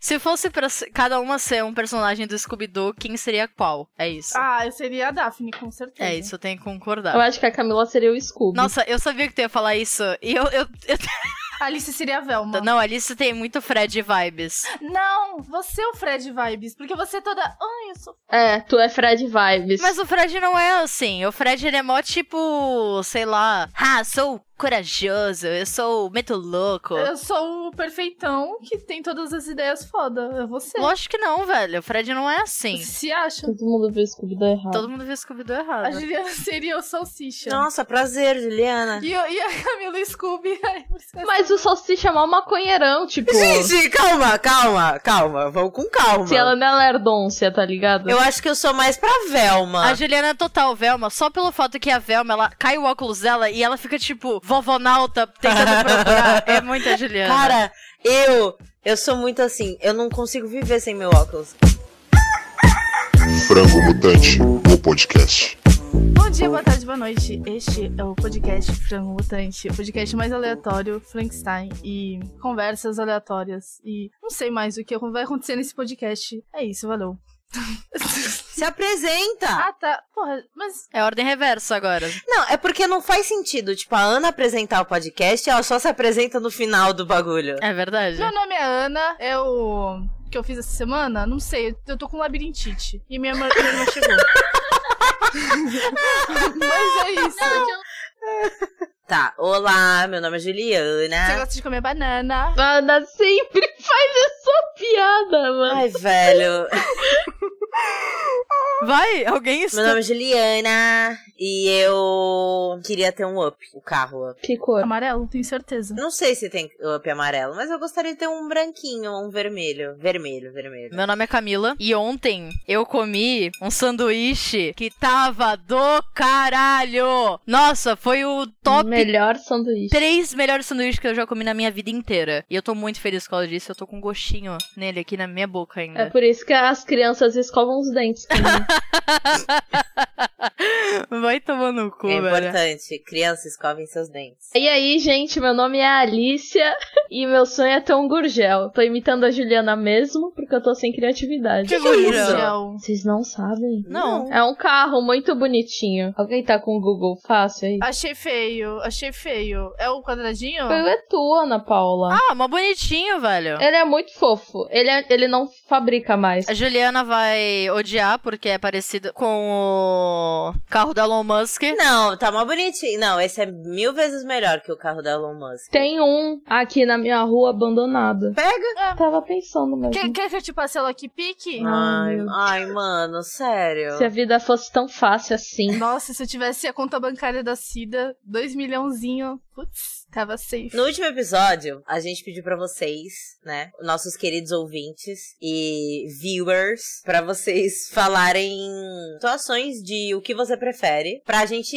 Se fosse pra se- cada uma ser um personagem do Scooby-Doo, quem seria qual? É isso. Ah, eu seria a Daphne, com certeza. é isso, eu tenho que concordar. Eu acho que a Camila seria o Scooby. Nossa, eu sabia que tu ia falar isso. E eu. eu, eu- Alice seria a Velma. Não, Alice tem muito Fred vibes. Não, você é o Fred Vibes, porque você é toda. Ai, eu sou. É, tu é Fred Vibes. Mas o Fred não é assim. O Fred ele é mó tipo, sei lá. Ah, sou corajoso, eu sou muito louco. Eu sou o perfeitão que tem todas as ideias foda. É você. Lógico que não, velho. O Fred não é assim. Se acha. Todo mundo viu o Scooby-Doo errado. Todo mundo viu o Scooby-Doo errado. A Juliana seria o Salsicha. Nossa, prazer, Juliana. E, eu- e a Camila Scooby. Ai, por isso que eu- Mas o Salsicha é mal maconheirão, tipo. Gente, calma, calma, calma. Vamos com calma. Se ela não é lerdôncia, tá ligado? Eu acho que eu sou mais pra Velma. A Juliana é total Velma, só pelo fato que a Velma, ela cai o óculos dela e ela fica tipo, vovonauta tentando procurar. É muita Juliana. Cara, eu, eu sou muito assim. Eu não consigo viver sem meu óculos. Um Frango Mutante, o podcast. Bom dia, boa tarde, boa noite. Este é o podcast Frango Mutante, o podcast mais aleatório, Frankenstein e conversas aleatórias. E não sei mais o que vai acontecer nesse podcast. É isso, valeu. Se apresenta. ah, tá. Porra, mas. É ordem reversa agora. Não, é porque não faz sentido. Tipo, a Ana apresentar o podcast, ela só se apresenta no final do bagulho. É verdade. Meu nome é Ana, é o. que eu fiz essa semana? Não sei, eu tô com labirintite. E minha irmã, minha irmã chegou. mas é isso. Tá, olá, meu nome é Você Juliana. gosta de comer banana? Ana sempre faz essa piada, mano. Ai, velho. Vai, alguém Meu está... nome é Juliana e eu queria ter um up, o carro up. Que cor? Amarelo, tenho certeza. Não sei se tem up amarelo, mas eu gostaria de ter um branquinho ou um vermelho. Vermelho, vermelho. Meu nome é Camila e ontem eu comi um sanduíche que tava do caralho. Nossa, foi o top Melhor sanduíche. três melhores sanduíches que eu já comi na minha vida inteira. E eu tô muito feliz por causa disso. Eu tô com um gostinho nele aqui na minha boca ainda. É por isso que as crianças escovam os dentes. Camila. Vai tomar no cu, É velho. importante. Criança, escovem seus dentes. e aí, gente, meu nome é Alicia e meu sonho é ter um gurgel. Tô imitando a Juliana mesmo, porque eu tô sem criatividade. Que gurgel? Gel. Vocês não sabem? Não. É um carro muito bonitinho. Alguém tá com o Google fácil aí? Achei feio, achei feio. É o quadradinho? Foi é tua, Ana Paula. Ah, mó bonitinho, velho. Ele é muito fofo. Ele, é- ele não fabrica mais. A Juliana vai odiar porque é parecido com o carro da Elon Musk. Não, tá mó bonitinho. Não, esse é mil vezes melhor que o carro da Elon Musk. Tem um aqui na minha rua abandonado. Pega? Tava pensando mesmo. Quer, quer que eu te passe ela aqui pique? Ai, meu é ai, mano, sério. Se a vida fosse tão fácil assim. Nossa, se eu tivesse a conta bancária da Cida, dois milhãozinho, putz, tava safe. No último episódio, a gente pediu pra vocês, né, nossos queridos ouvintes e viewers, pra vocês falarem situações de o que você prefere, pra gente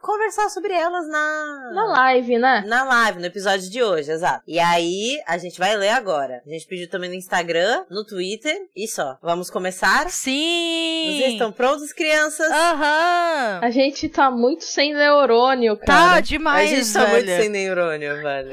conversar sobre elas na Na live, né? na live, no episódio de hoje, exato. E aí, a gente vai ler agora. A gente pediu também no Instagram, no Twitter e só. Vamos começar? Sim! Vocês estão prontos, crianças? Aham! A gente tá muito sem neurônio, Tá cara. a demais, gente tá velho. muito sem neurônio, velho.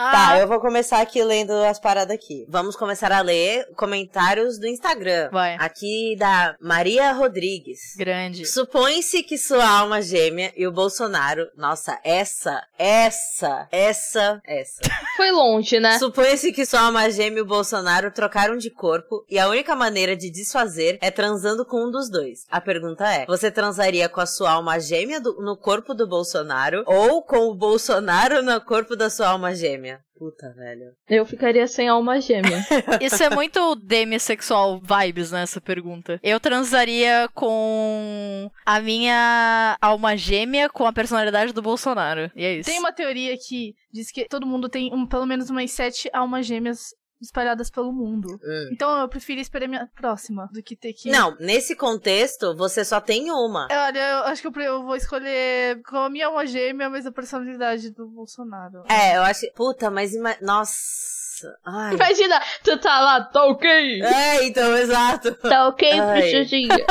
Ah, Tá, eu vou começar aqui lendo as paradas aqui. Vamos começar a ler comentários do Instagram. Vai. Aqui da Maria Rodrigues. Grande. Supõe-se que sua alma gêmea e o Bolsonaro. Nossa, essa, essa, essa, essa. Foi longe, né? Supõe-se que sua alma gêmea e o Bolsonaro trocaram de corpo e a única maneira de desfazer é transando com um dos dois. A pergunta é: você transaria com a sua alma gêmea do- no corpo do Bolsonaro ou com o Bolsonaro no corpo da sua alma gêmea? Puta, velho. Eu ficaria sem alma gêmea. Isso é muito demissexual vibes, né? Essa pergunta. Eu transaria com a minha alma gêmea com a personalidade do Bolsonaro. E é isso. Tem uma teoria que diz que todo mundo tem um, pelo menos umas sete almas gêmeas espalhadas pelo mundo. Hum. Então eu prefiro esperar minha próxima do que ter que. Não, nesse contexto, você só tem uma. É, Olha, eu acho que eu pre- eu vou escolher com a minha alma gêmea, mas a personalidade do Bolsonaro. É, eu acho. Puta, mas. Ima... Nossa. Ai. Imagina, tu tá lá, tá ok. É, então, exato. Tá ok, Ai. Chuchuzinha.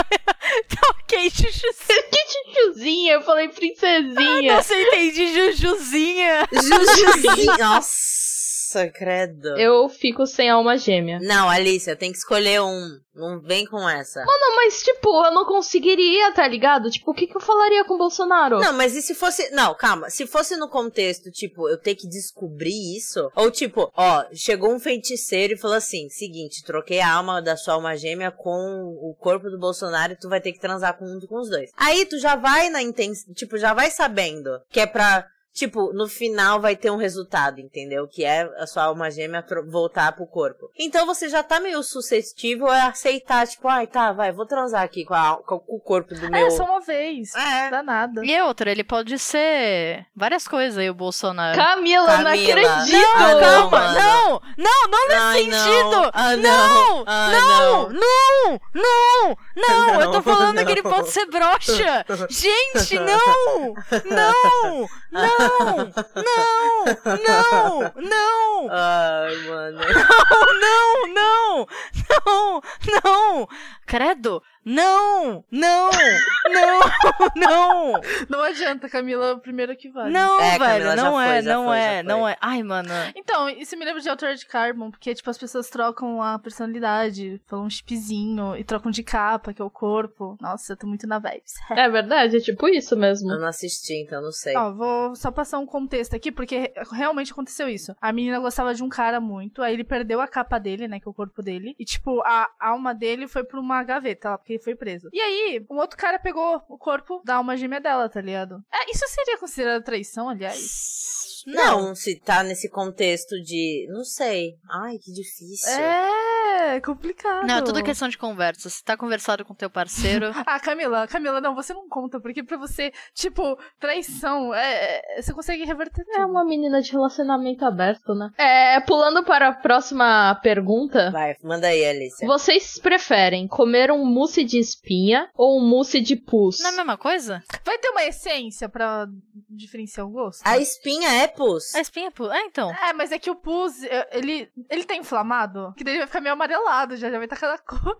Ok, Jujuzinha. que chuchuzinha? Eu falei princesinha. Nossa, eu entendi Jujuzinha. Jujuzinho. Nossa. Nossa, credo. Eu fico sem alma gêmea. Não, Alicia, tem que escolher um. Não vem com essa. Não, mas tipo, eu não conseguiria, tá ligado? Tipo, o que, que eu falaria com o Bolsonaro? Não, mas e se fosse. Não, calma. Se fosse no contexto, tipo, eu ter que descobrir isso. Ou tipo, ó, chegou um feiticeiro e falou assim: seguinte, troquei a alma da sua alma gêmea com o corpo do Bolsonaro e tu vai ter que transar com um com os dois. Aí tu já vai na intenção. Tipo, já vai sabendo que é pra. Tipo, no final vai ter um resultado, entendeu? Que é a sua alma gêmea tro- voltar pro corpo. Então você já tá meio suscetível a aceitar, tipo, ai, tá, vai, vou transar aqui com, a al- com o corpo do meu. É, só uma vez. É. Dá nada. E é outra, ele pode ser várias coisas aí, o Bolsonaro. Camila, não Camila. acredito! Não, Ah, Não, calma, mano. não, não, não nesse Ai, não. sentido. Ah, não, não. Ah, não, não, não, não, eu tô Não, falando que ele não. pode ser broxa. Gente, não, não, não, não, não, não, Ai, mano. não, não, não, não, credo, não, não, não, não, Não adianta, Camila, é o primeiro que vale. não, É, velho, Camila, já não é, foi, já não foi, já é, foi. não é, ai, mano, Então, isso me lembra de Altered Carbon, porque, tipo, as pessoas trocam a personalidade, falam um chipzinho e trocam de capa, que é o corpo. Nossa, eu tô muito na vibes. É verdade, é tipo isso mesmo. Eu não assisti, então não sei. Ó, vou só passar um contexto aqui, porque re- realmente aconteceu isso. A menina gostava de um cara muito, aí ele perdeu a capa dele, né, que é o corpo dele, e tipo, a alma dele foi pra uma gaveta lá, porque ele foi preso. E aí, um outro cara pegou o corpo da alma gêmea dela, tá ligado? É, isso seria considerado traição, É aliás? Não, se tá nesse contexto de. Não sei. Ai, que difícil. É, complicado. não, é tudo questão de conversa, se tá conversado com teu parceiro... Ah, Camila, Camila, não, você não conta, porque pra você, tipo, traição, é, é- você consegue reverter tudo. É uma menina de relacionamento aberto, né? É, pulando para a próxima pergunta. Vai, manda aí, Alicia. Vocês preferem comer um mousse de espinha ou um mousse de pus? Não é a mesma coisa? Vai ter uma essência pra diferenciar o gosto? A espinha é pus. A espinha é pu- Ah, então. É, mas é que o pus, é, ele, ele tá inflamado, que daí ele vai ficar meio amarelado, já, já vai tacar na cor.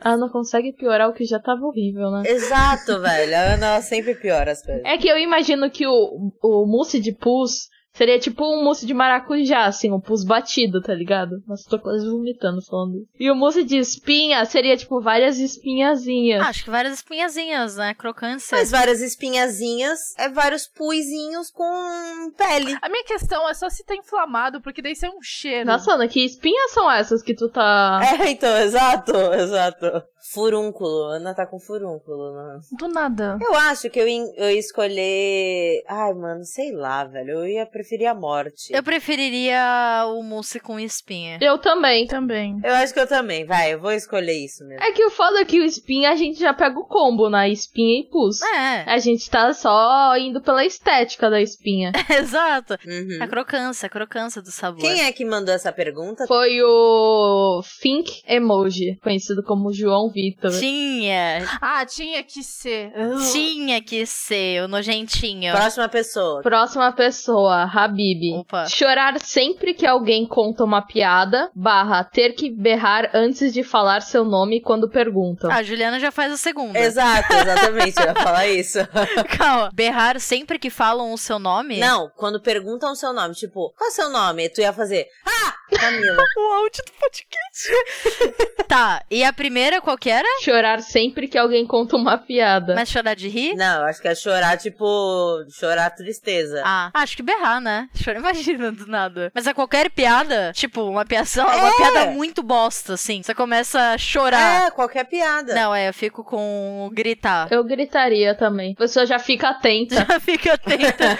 Ah, não consegue piorar o que já tava horrível, né? Exato, velho. A Ana ela sempre piora as coisas. É que eu imagino que o, o mousse de pus seria tipo um mousse de maracujá, assim, um pus batido, tá ligado? Nossa, tô quase vomitando falando isso. E o mousse de espinha seria tipo várias espinhazinhas. Acho que várias espinhazinhas, né? Crocância. Mas várias espinhazinhas, é vários puizinhos com pele. A minha questão é só se tá inflamado, porque daí isso é um cheiro. Nossa, Ana, que espinhas são essas que tu tá. É, então, exato, exato. Furúnculo. A Ana tá com furúnculo, né? Do nada. Eu acho que eu, ia- eu ia escolher. Ai, mano, sei lá, velho. Eu ia preferir a morte. Eu preferiria o mousse com espinha. Eu também. Também. Eu acho que eu também, vai, eu vou escolher isso mesmo. É que o foda é que o espinha a gente já pega o combo, né? Espinha e pus. É, A gente tá só indo pela estética da espinha. exato. Uhum. A crocância, a crocância do sabor. É, Quem é que mandou essa pergunta? Foi o Fink Emoji, conhecido como João é? Vitor. Tinha, Ah, tinha que ser. tinha que ser o nojentinho. Próxima pessoa. Próxima pessoa, Habib. Opa. Chorar sempre que alguém conta uma piada, barra, ter que berrar antes de falar seu nome quando perguntam. Ah, A Juliana já faz a segunda. Exato, exatamente, eu ia falar isso. Calma. Berrar sempre que falam o seu nome? Não, quando perguntam o seu nome, tipo, qual é o seu nome? Tu ia fazer, ah, Camila. O áudio do podcast. tá, e a primeira qual que era? Chorar sempre que alguém conta uma Tá. piada. Mas chorar de rir? Não, eu acho que é chorar, tipo, chorar tristeza. Ah, acho que berrar, né? Chora, imagina do nada. Mas é qualquer piada, tipo, uma piada, uma piada muito bosta, assim. Você começa a chorar. É, qualquer piada. Não, é, eu fico com o gritar. Eu gritaria também. A pessoa já fica atenta. Já fica atenta.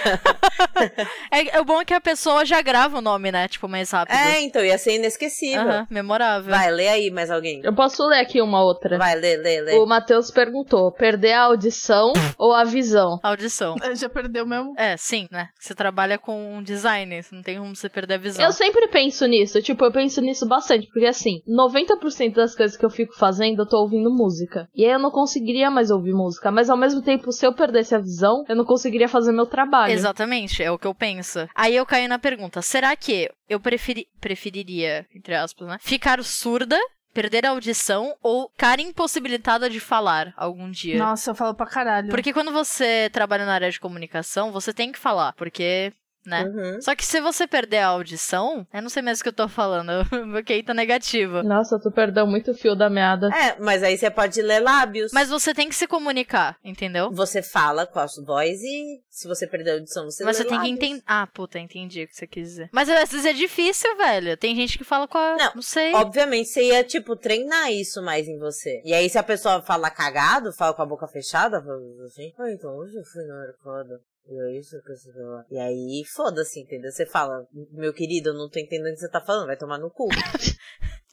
é, o bom é que a pessoa já grava o nome, né? Tipo, mais rápido. É, então, ia ser inesquecível. Aham, memorável. Vai, lê aí mais alguém. Eu posso ler aqui uma outra. Vai, lê, lê, lê. O Matheus perguntou: perder a audição ou a visão? Audição. Ah, Já perdeu mesmo. É, sim, né? Você trabalha com um design, você não tem como você perder a visão. Eu sempre penso nisso, tipo, eu penso nisso bastante, porque assim, 90% das coisas que eu fico fazendo, eu tô ouvindo música. E aí eu não conseguiria mais ouvir música, mas ao mesmo tempo, se eu perdesse a visão, eu não conseguiria fazer meu trabalho. Exatamente, é o que eu penso. Aí eu caí na pergunta: será que eu preferi- preferiria, entre aspas, né? Ficar surda, perder a audição ou ficar impossibilitada de falar algum dia? Nossa, eu falo pra caralho. Porque quando você trabalha na área de comunicação, você tem que falar, porque né? Uhum. Só que se você perder a audição, eu não sei mais o que eu tô falando, meu QI tá negativo. Nossa, tu perdeu muito o fio da meada. É, mas aí você pode ler lábios. Mas você tem que se comunicar, entendeu? Você fala com a sua voz e se você perder a audição, você Mas lê você tem que lábios. entender. Ah, puta, entendi o que você quis dizer. Mas às vezes é difícil, velho. Tem gente que fala com a. Não, Não, sei. Obviamente, você ia, tipo, treinar isso mais em você. E aí, se a pessoa fala cagado, fala com a boca fechada, fala assim, ah, então hoje eu fui no mercado. E é isso que você fala. E aí, foda-se, entendeu? Você fala, meu querido, eu não tô entendendo o que você tá falando, vai tomar no cu.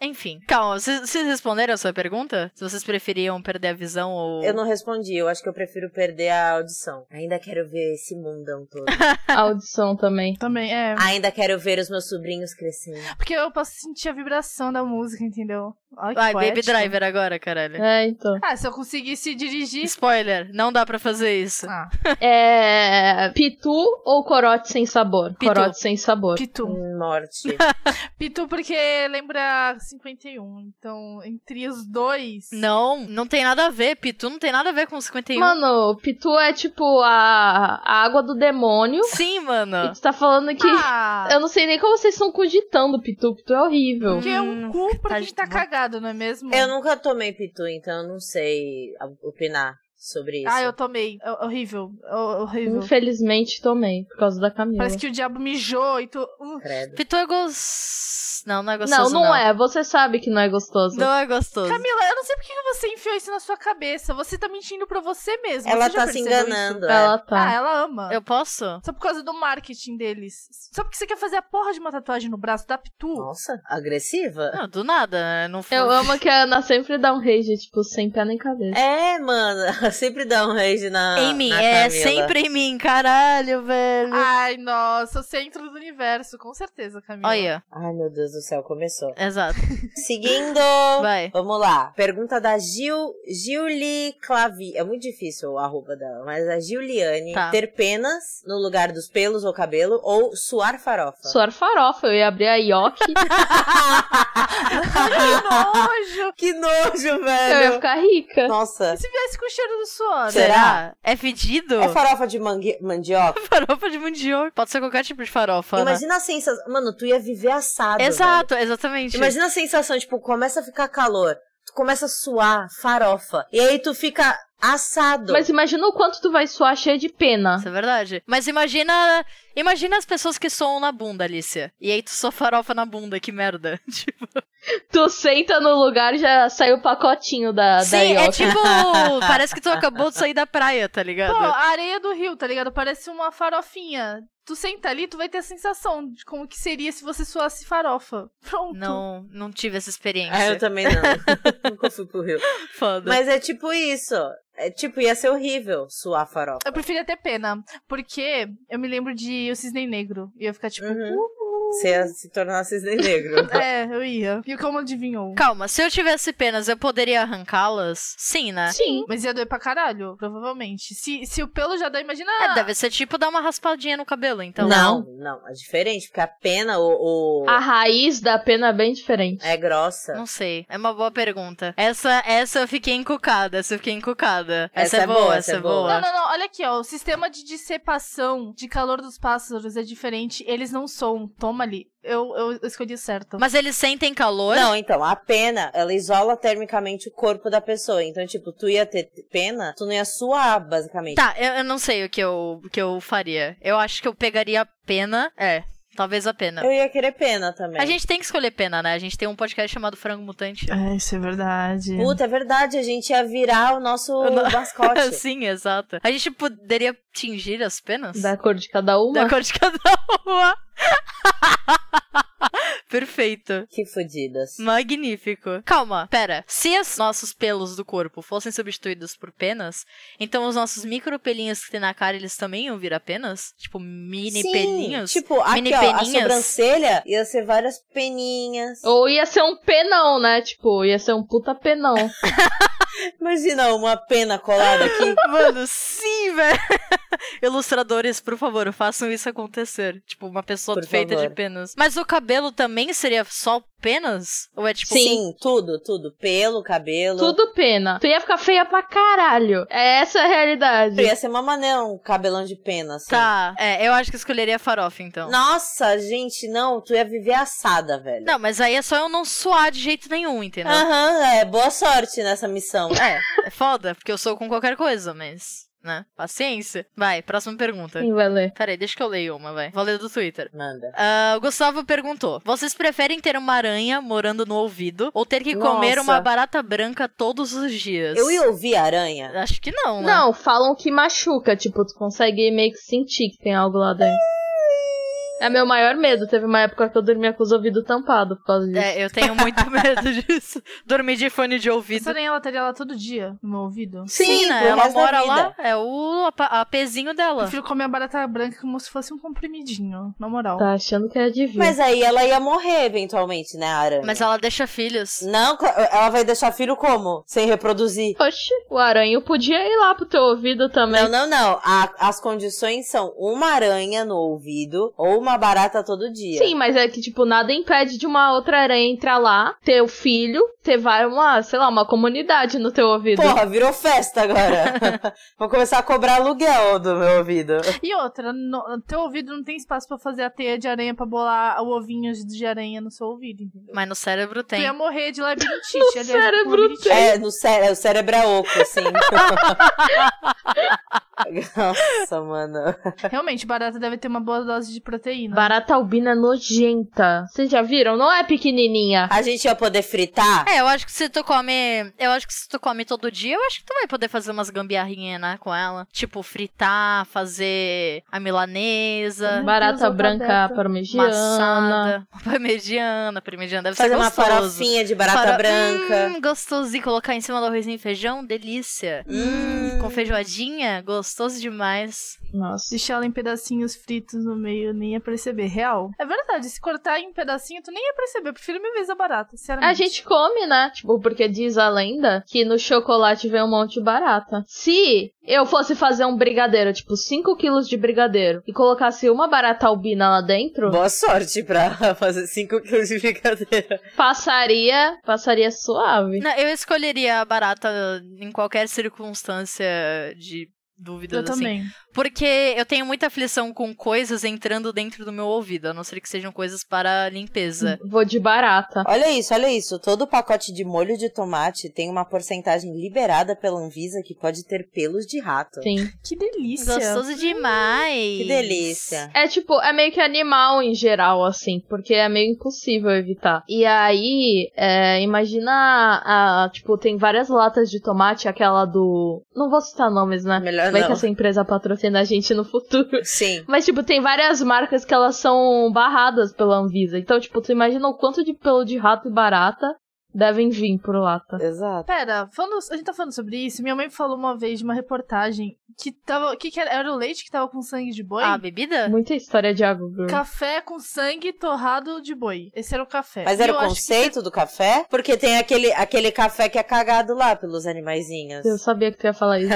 Enfim. Calma, vocês vocês responderam a sua pergunta? Se vocês preferiam perder a visão ou. eu não respondi, eu acho que eu prefiro perder a audição. Ainda quero ver esse mundão todo. A audição também. Também, é. Ah, Ainda quero ver os meus sobrinhos crescendo. Porque eu posso sentir a vibração da música, entendeu? Ai, que Vai, Baby poético. Driver agora, caralho. É, então. Ah, se eu conseguisse dirigir. Spoiler, não dá pra fazer isso. Ah, É. Pitu ou corote sem sabor? Pitu. Corote sem sabor. Pitu. Hum. Morte. Pitu porque lembra 51. Então, entre os dois. Não, não tem nada a ver, Pitu não tem nada a ver com 51. Mano, Pitu é tipo a, a água do demônio. Sim, mano. E tu tá falando que. Ah, Eu não sei nem como vocês estão cogitando Pitu. Pitu é horrível. porque é um cu pra tá- quem tá cagado, não é mesmo? eu nunca tomei pitu, então eu não sei opinar sobre isso. Ah, eu tomei. É horrível. É horrível. Infelizmente tomei, por causa da Camila. Parece que o diabo mijou e tu. Uh, Credo. Pitu é gostoso. Não, não é Não, gostoso. não, é. Você sabe que não é gostoso. Não é gostoso. Camila, eu não sei porque você enfiou isso na sua cabeça. Você tá mentindo pra você mesma. Ela Você já tá se percebeu isso? enganando. é. Ela Ah, tá. ela ama. Eu posso? Só por causa do marketing deles. Só porque você quer fazer a porra de uma tatuagem no braço da Pitu. Nossa, agressiva? Não, do nada. né? Não foi. Eu amo que a Ana sempre dá um rage, tipo, sem pé nem cabeça. É, mano, ela sempre dá um rage na. Em mim, na é Camila. sempre em mim, caralho, velho. Ai, nossa, o centro do universo, com certeza, Camila. Olha, Ai, meu Deus do céu, começou. exato. Seguindo! Vai. Vamos lá. Pergunta da Gil, Giuli Clavi. É muito difícil o arroba dela, mas a Giuliane. Tá. Ter penas no lugar dos pelos ou cabelo ou suar farofa. Suar farofa, eu ia abrir a Yoki, Que nojo! que nojo, eu ia velho! ficar rica. Nossa. E se viesse com o cheiro do suor? Será? É fedido? É farofa de mangue- mandioca? farofa de mandioca. Pode ser qualquer tipo de farofa, né? Imagina a sensação. Mano, tu ia viver assado. velho. Exato, exatamente. Imagina a sensação, tipo, começa a ficar calor, tu começa a suar farofa, e aí tu fica assado. Mas imagina o quanto tu vai suar cheia de pena. Isso é verdade. Mas imagina. Imagina as pessoas que soam na bunda, Alicia. E aí tu só farofa na bunda, que merda. Tipo... Tu senta no lugar e já sai o pacotinho da, da Sim, é Yoki. tipo. Parece que tu acabou de sair da praia, tá ligado? Pô, a areia do rio, tá ligado? Parece uma farofinha. Tu senta ali, tu vai ter a sensação de como que seria se você suasse farofa. Pronto. Não, não tive essa Ah, eu experiência. também não. Nunca fui pro Rio. Foda. Mas é tipo isso. É tipo, ia ser horrível suar farofa. Eu preferia ter pena, porque eu me lembro de O Cisne Negro. E eu ia ficar tipo, Uhum. Você ia se tornar um cisne negro. é, eu ia. E como adivinhou? Calma, se eu tivesse penas, eu poderia arrancá-las? Sim, né? Sim. Mas ia doer pra caralho, provavelmente. Se, se o pelo já dói, imagina. É, deve ser tipo dar uma raspadinha no cabelo, então. não, não. É diferente, porque a pena o, o- A raiz da pena é bem diferente. é grossa. Não sei, é uma boa pergunta. Essa, essa eu fiquei encucada, essa eu fiquei encucada. Essa, Essa é boa, essa é boa. Não, não, não. Olha aqui, ó. O sistema de dissipação de calor dos pássaros é diferente. Eles não são. Toma ali. Eu, eu escolhi o certo. Mas eles sentem calor? Não, então, a pena, ela isola termicamente o corpo da pessoa. Então, tipo, tu ia ter pena, tu não ia suar, basicamente. Tá, eu, eu não sei o que eu, o que eu faria. Eu acho que eu pegaria a pena. É, talvez a pena. Eu ia querer pena também. Ah, A gente tem que escolher pena, né? A gente tem um podcast chamado Frango Mutante. É, isso é verdade. Puta, é verdade, a gente ia virar o nosso mascote. Sim, exato. A gente poderia tingir as penas? Da cor de cada uma. Da cor de cada uma. Perfeito. Que fodidas. Magnífico. Calma, pera. Se os nossos pelos do corpo fossem substituídos por penas, então os nossos micro pelinhos que tem na cara, eles também iam virar penas? Tipo, mini Sim, pelinhos? Tipo, aqui, Mini ó, peninhas? a sobrancelha ia ser várias peninhas. Ou ia ser um penão, né? Tipo, ia ser um puta penão. Imagina uma pena colada aqui. Mano, sim, velho. Ilustradores, por favor, façam isso acontecer. Tipo, uma pessoa Por feita de favor. penas. Mas o cabelo também seria só penas? Ou é tipo. Sim, assim, tudo, tudo. Pelo, cabelo. Tudo pena. Tu ia ficar feia pra caralho. É essa a realidade. Ia ser uma mané, um cabelão de pena, assim. Tá. É, eu acho que escolheria farofa, então. Nossa, gente, não, tu ia viver assada, velho. Não, mas aí é só eu não suar de jeito nenhum, entendeu? Aham, é, boa sorte nessa missão. É, é foda, porque eu sou com qualquer coisa, mas. Né? Paciência. Vai, próxima pergunta. Quem vai ler? Peraí, deixa que eu leio uma, vai. Vou ler do Twitter. Manda. Ah, o Gustavo perguntou: Vocês preferem ter uma aranha morando no ouvido ou ter que comer Nossa. uma barata branca todos os dias? Eu ia ouvir aranha? Acho que não, né? Não, falam que machuca. Tipo, tu consegue meio que sentir que tem algo lá dentro. É meu maior medo. Teve uma época que eu dormia com os ouvidos tampados por causa disso. É, eu tenho muito medo disso. Dormir de fone de Essa ouvido. aranha ela teria lá todo dia, no meu ouvido. Sim, né? pro Ela resto da mora vida. lá, é o apa- apezinho Eu dela. prefiro comer a barata branca como se fosse um comprimidinho, na moral. Tá achando que é divino. Mas aí ela ia morrer eventualmente, né, a aranha? Mas ela deixa filhos. Não, cla- ela vai deixar filho como? Sem reproduzir. Oxe, o aranho podia ir lá pro teu ouvido também. Não, não, não. A- as condições são uma aranha no ouvido ou uma barata todo dia. Sim, mas é que, tipo, nada impede de uma outra aranha entrar lá, ter o filho, ter vai uma, sei lá, uma comunidade no teu ouvido. Porra, virou festa agora. Vou começar a cobrar aluguel do meu ouvido. E outra, no, teu ouvido não tem espaço pra fazer a teia de aranha pra bolar o ovinho de aranha no seu ouvido, entendeu? Mas no cérebro Tu tem. ia morrer de labirintite. aliás, cérebro labirintite. tem. É, no cére o cérebro é oco, assim. Nossa, mano. Realmente, barata deve ter uma boa dose de proteína. Barata albina é nojenta. Vocês já viram? Não é pequenininha. A gente ia poder fritar? É, eu acho que se tu come. Eu acho que se tu come todo dia, eu acho que tu vai poder fazer umas gambiarrinhas, né, com ela. Tipo, fritar, fazer a milanesa. Meu Deus, Barata eu tô branca aberta. parmegiana. Massada, parmegiana, parmegiana deve Fazer ser uma é gostoso. farofinha de barata Faro- branca. Hum, gostosinho. Colocar em cima do arrozinho e feijão, delícia. Hum. Com feijoadinha, gostoso demais. Nossa. Deixar ela em pedacinhos fritos no meio, nem ia perceber. Real. É verdade, se cortar em pedacinho, tu nem ia perceber. Eu prefiro mil vezes a barata, A sinceramente. gente come, né? Tipo, porque diz a lenda que no chocolate vem um monte de barata. Se eu fosse fazer um brigadeiro, tipo, 5 quilos de brigadeiro, e colocasse uma barata albina lá dentro, Boa sorte pra fazer 5 quilos de brincadeira. passaria, passaria suave. Não, eu escolheria a barata em qualquer circunstância de dúvidas, Eu assim. também. Porque eu tenho muita aflição com coisas entrando dentro do meu ouvido, a não ser que sejam coisas para limpeza. Vou de barata. Olha isso, olha isso. Todo pacote de molho de tomate tem uma porcentagem liberada pela Anvisa que pode ter pelos de rato. Sim. Que delícia. Gostoso demais. Hum, Que delícia. É tipo, é meio que animal em geral, assim, porque é meio impossível evitar. E aí, é, imagina, a, a- tipo, tem várias latas de tomate, aquela do. Não vou citar nomes, né? Melhor Vai que não. essa empresa patrocina a gente no futuro. Sim. Mas, tipo, tem várias marcas que elas são barradas pela Anvisa. Então, tipo, tu imagina o quanto de pelo de rato e barata devem vir por lata. Exato. Pera, falando, a gente tá falando sobre isso. Minha mãe falou uma vez de uma reportagem que tava. que, que era? Era o leite que tava com sangue de boi? A Ah, Ah, bebida? Muita história de água, Bruno. Café com sangue torrado de boi. Esse era o café. Mas É, E era eu o acho que conceito do café? Porque tem aquele, aquele café que é cagado lá pelos animaizinhos. Eu sabia que tu ia falar isso.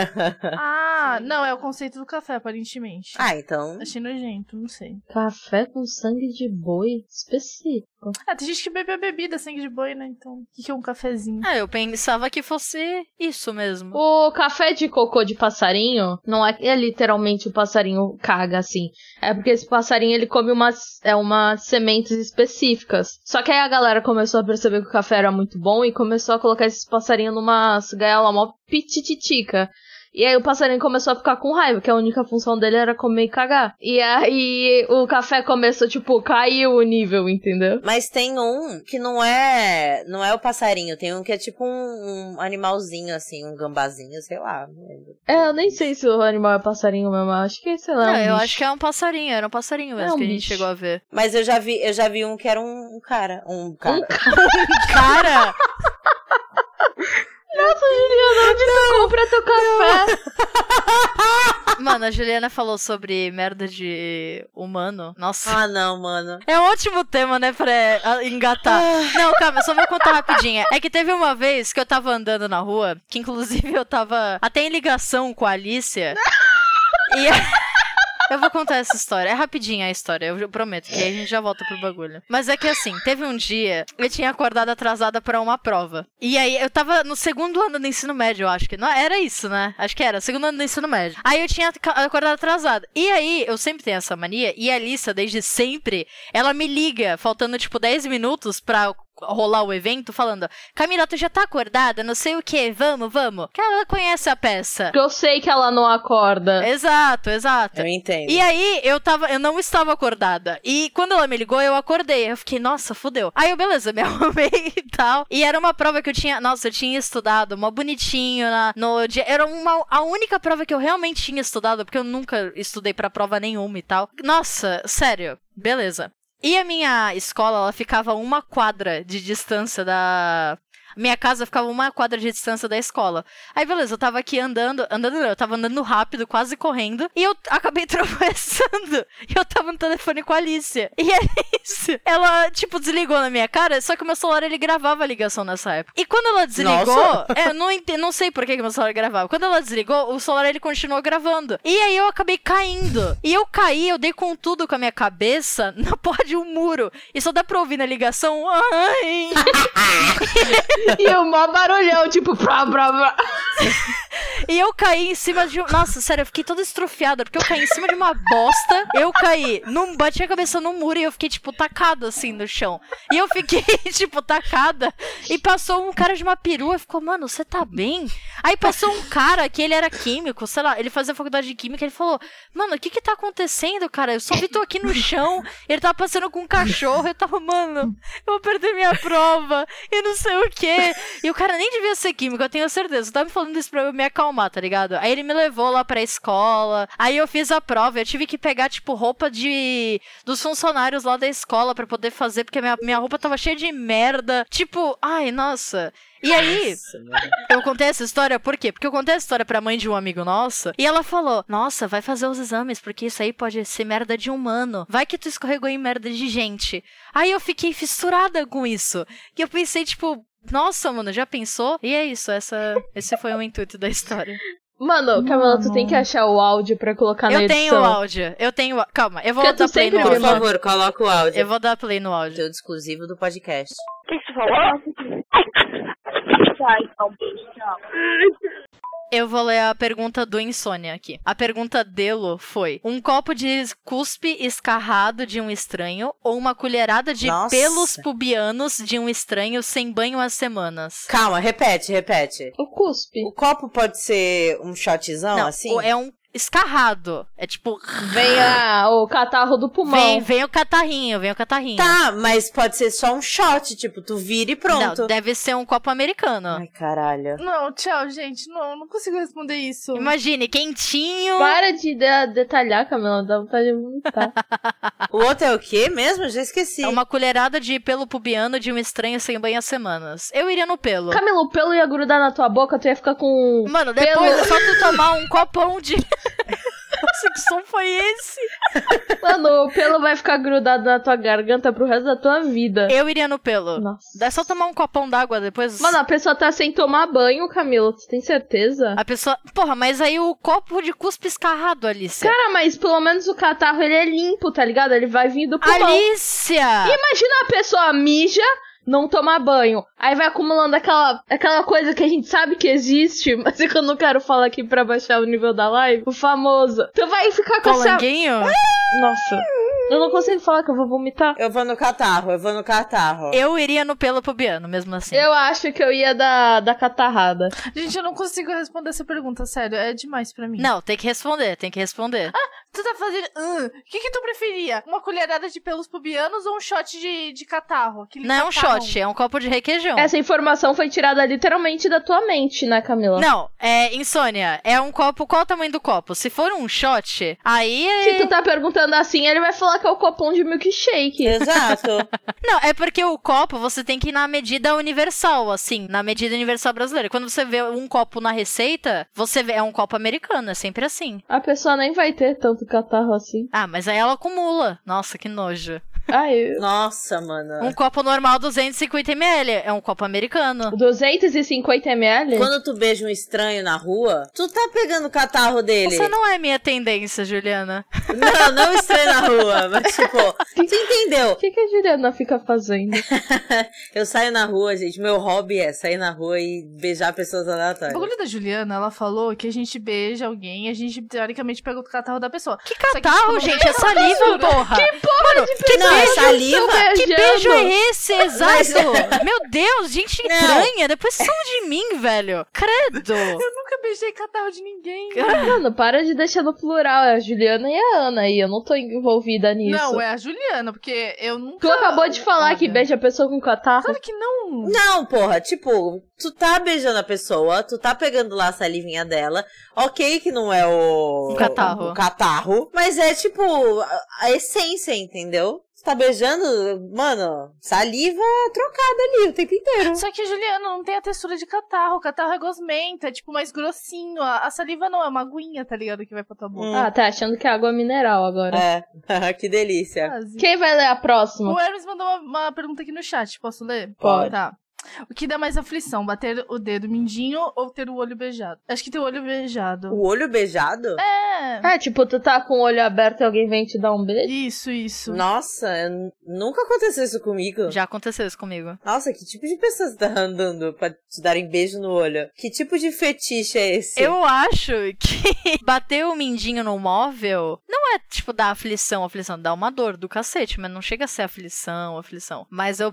Ah, não, é o conceito do café, aparentemente. Ah, então. Achei nojento, não sei. Café com sangue de boi? Específico. Ah, tem gente que bebe a bebida, sangue de boi, né? Então, o que, que é um cafezinho? Ah, eu pensava que fosse isso mesmo. O café de cocô de passarinho não é, que é literalmente o passarinho caga assim. É porque esse passarinho ele come umas, é, umas sementes específicas. Só que aí a galera começou a perceber que o café era muito bom e começou a colocar esses passarinhos numa gaiola mó pitititica. E aí o passarinho começou a ficar com raiva, que a única função dele era comer e cagar. E aí o café começou, tipo, caiu o nível, entendeu? Mas tem um que não é. Não é o passarinho, tem um que é tipo um, um animalzinho, assim, um gambazinho, sei lá. não lembro. É, eu nem sei se o animal é passarinho mesmo, eu acho que, sei lá. Não, um eu bicho. acho que é um passarinho, era um passarinho mesmo É um que a gente bicho. chegou a ver. Mas eu já vi, eu já vi um que era um, um cara. Um cara. Cara! Nossa, Juliana, onde tu compra teu café? Mano, a Juliana falou sobre merda de humano. Nossa. Ah, não, mano. É um ótimo tema, né, pra ah, engatar. Não, calma, só vou contar rapidinha. É que teve uma vez que eu tava andando na rua, que inclusive eu tava até em ligação com a Alicia. E Eu vou contar essa história. É rapidinha a história, eu prometo, que aí a gente já volta pro bagulho. Mas é que assim, teve um dia, eu tinha acordado atrasada pra uma prova. E aí eu tava no segundo ano do ensino médio, eu acho que. Não, era isso, né? Acho que era, segundo ano do ensino médio. Aí eu tinha ca- acordado atrasada. E aí, eu sempre tenho essa mania, e a Alissa, desde sempre, ela me liga, faltando tipo 10 minutos pra rolar o evento, falando: Camila, tu já tá acordada? Não sei o que, vamos, vamos. Que ela conhece a peça. Porque eu sei que ela não É. acorda. Exato, exato. Eu entendo. E aí, eu tava, eu não estava acordada. E quando ela me ligou, eu acordei. Eu fiquei, nossa, fudeu. Aí eu, beleza, me arrumei e tal. E era uma prova que eu tinha, nossa, eu tinha estudado, mó bonitinho na, no dia. Era uma, a única prova que eu realmente tinha estudado, porque eu nunca estudei pra prova nenhuma e tal. Nossa, sério, beleza. E a minha escola, ela ficava a uma quadra de distância da. Minha casa ficava a uma quadra de distância da escola. Aí, beleza, eu tava aqui andando, andando, não, eu tava andando rápido, quase correndo, e eu acabei tropeçando. E eu tava no telefone com a Alicia. E a Alicia, ela, tipo, desligou na minha cara, só que o meu celular ele gravava a ligação nessa época. E quando ela desligou, Nossa. é, eu não, ente- não sei por que que meu celular gravava. Quando ela desligou, o celular ele continuou gravando. E aí eu acabei caindo. E eu caí, eu dei com tudo com a minha cabeça na porra de um muro. E só dá pra ouvir na ligação. Ai. e o maior barulhão, tipo, brá, brá, brá. E eu caí em cima de um. Nossa, sério, eu fiquei toda estrofiada, porque eu caí em cima de uma bosta. Eu caí, num... bati a cabeça num muro e eu fiquei, tipo, tacada assim no chão. E eu fiquei, tipo, tacada. E passou um cara de uma perua e ficou, mano, você tá bem? Aí passou um cara que ele era químico, sei lá, ele fazia faculdade de química, ele falou, mano, o que que tá acontecendo, cara? Eu só vi tu aqui no chão, ele tava passando com um cachorro, eu tava, mano, eu vou perder minha prova, e não sei o quê. E o cara nem devia ser químico, eu tenho certeza, tava me falando isso pra eu me acalmar, tá ligado? Aí ele me levou lá pra escola, aí eu fiz a prova, eu tive que pegar, tipo, roupa de... dos funcionários lá da escola pra poder fazer, porque minha, minha roupa tava cheia de merda, tipo, ai, nossa... E aí, Nossa, mano. eu contei essa história por quê? Porque eu contei essa história pra mãe de um amigo nosso e ela falou: Nossa, vai fazer os exames, porque isso aí pode ser merda de humano. Vai que tu escorregou em merda de gente. Aí eu fiquei fissurada com isso. E eu pensei, tipo. Nossa, mano, já pensou? E é isso, essa, esse foi o intuito da história. Mano, Camila, tu tem que achar o áudio pra colocar Tá na eu edição. tenho o áudio, eu tenho. o- Calma, eu vou Porque tu dar play no sempre Por grava. áudio. favor, coloca o áudio. Eu vou dar play no áudio. Conteúdo exclusivo do podcast. Eu vou ler a pergunta do Insônia aqui. A pergunta dele foi: um copo de cuspe escarrado de um estranho ou uma colherada de Nossa. pelos pubianos de um estranho sem banho há semanas? Calma, repete, repete. O cuspe. O copo pode ser um shotzão, assim? o- é um escarrado. É tipo, Vem a, o catarro do pulmão. vem, vem o catarrinho, vem o catarrinho. Tá, mas pode ser só um shot, tipo, tu vira e pronto. Não, deve ser um copo americano. Ai, caralho. Não, tchau, gente. Não, não consigo responder isso. Imagine, quentinho. Para de de- detalhar, Camila, dá vontade de vomitar. O outro é o quê mesmo? Já esqueci. É uma colherada de pelo pubiano de um estranho sem banho há semanas. Eu iria no pelo. Camila, o pelo ia grudar na tua boca, tu ia ficar com. um, Mano, Pelo- depois é só tu tomar um copão de. Nossa, que som foi esse? Mano, o pelo vai ficar grudado na tua garganta pro resto da tua vida. Eu iria no pelo. Nossa. É só tomar um copão d'água depois. Mano, a pessoa tá sem tomar banho, Camila, tu tem certeza? a pessoa. Porra, mas aí o copo de cuspe escarrado, Alicia. Cara, Ah, mas pelo menos o catarro ele é limpo, tá ligado? Ele vai vir do pulmão. Alicia! Imagina a pessoa mija, não tomar banho. Aí vai acumulando aquela, aquela coisa que a gente sabe que existe, mas é que eu não quero falar aqui pra baixar o nível da live. O famoso. Tu vai ficar com essa. Colanguinho? Nossa. Eu não consigo falar que eu vou vomitar. Eu vou no catarro, eu vou no catarro. Eu iria no pelo pubiano, mesmo assim. Eu acho que eu ia da, da catarrada. Gente, eu não consigo responder essa pergunta, sério. É demais pra mim. Não, tem que responder, tem que responder. Tu tá fazendo. "Hum, O que, que tu preferia? Uma colherada de pelos pubianos ou um shot de, de catarro? Aquele não é um tá catarrão. shot, é um copo de requeijão. Essa informação foi tirada literalmente da tua mente, né, Camila? Não, é insônia. É um copo. Qual o tamanho do copo? Se for um shot, aí. é Se tu tá perguntando assim, ele vai falar que é o copão de milkshake. Exato. Não, é porque o copo você tem que ir na medida universal, assim, na medida universal brasileira. Quando você vê um copo na receita, você vê é um copo americano, é sempre assim. A pessoa nem vai ter tanto catarro assim. Ah, mas aí ela acumula. Nossa, que nojo. Ah, eu... Nossa, mano. Um copo normal 250ml. É um copo americano. 250ml? Quando tu beija um estranho na rua, tu tá pegando o catarro dele. Essa não é minha tendência, Juliana. Não, não estranho na rua, mas tipo, tu entendeu? O que, que a Juliana fica fazendo? Eu saio na rua, gente. Meu hobby é sair na rua e beijar pessoas O aleatórias. bagulho da Juliana, ela falou que a gente beija alguém e a gente, teoricamente, pega o catarro da pessoa. Que Só que, catarro, tipo, gente. É saliva, porra. Que porra Mano, que Não, é beijo. saliva. Que beijo é esse, exato? Meu Deus, gente Não. estranha. Depois são de mim, velho. Credo. Eu nunca beijei catarro de ninguém. Mano, para de deixar no plural. É a Juliana e a Ana aí. Eu não tô envolvida nisso. Não, é a Juliana, porque eu nunca. Tu acabou de falar que beija. beija a pessoa com catarro. Claro que não. Não, porra, tipo, tu tá beijando a pessoa, tu tá pegando lá a salivinha dela. Ok, que não é o. Um catarro. O, catarro. Mas é tipo a, a essência, entendeu? Tu tá beijando, mano, saliva trocada ali o tempo inteiro. Só que, Juliana, não tem a textura de catarro. O catarro é gosmento, é tipo mais grossinho. A a saliva não, é uma aguinha, tá ligado? Que vai pra tua boca. Hum. Ah, tá achando que é água mineral agora. É, que delícia. Quase. Quem vai ler a próxima? O Hermes mandou uma, uma pergunta aqui no chat, posso ler? Pode. Tá. O que dá mais aflição, bater o dedo mindinho ou ter o olho beijado? Acho que ter o olho beijado. O olho beijado? Ah. É. É, tipo, tu tá com o olho aberto e alguém vem te dar um beijo? Isso, isso. Nossa, eu n- nunca aconteceu isso comigo. Já aconteceu isso comigo. Nossa, que tipo de pessoa você tá andando pra te darem beijo no olho? Que tipo de fetiche é esse? Eu acho que bater o mindinho no móvel não é, tipo, dar aflição, aflição. Dá uma dor do cacete, mas não chega a ser aflição, aflição. Mas eu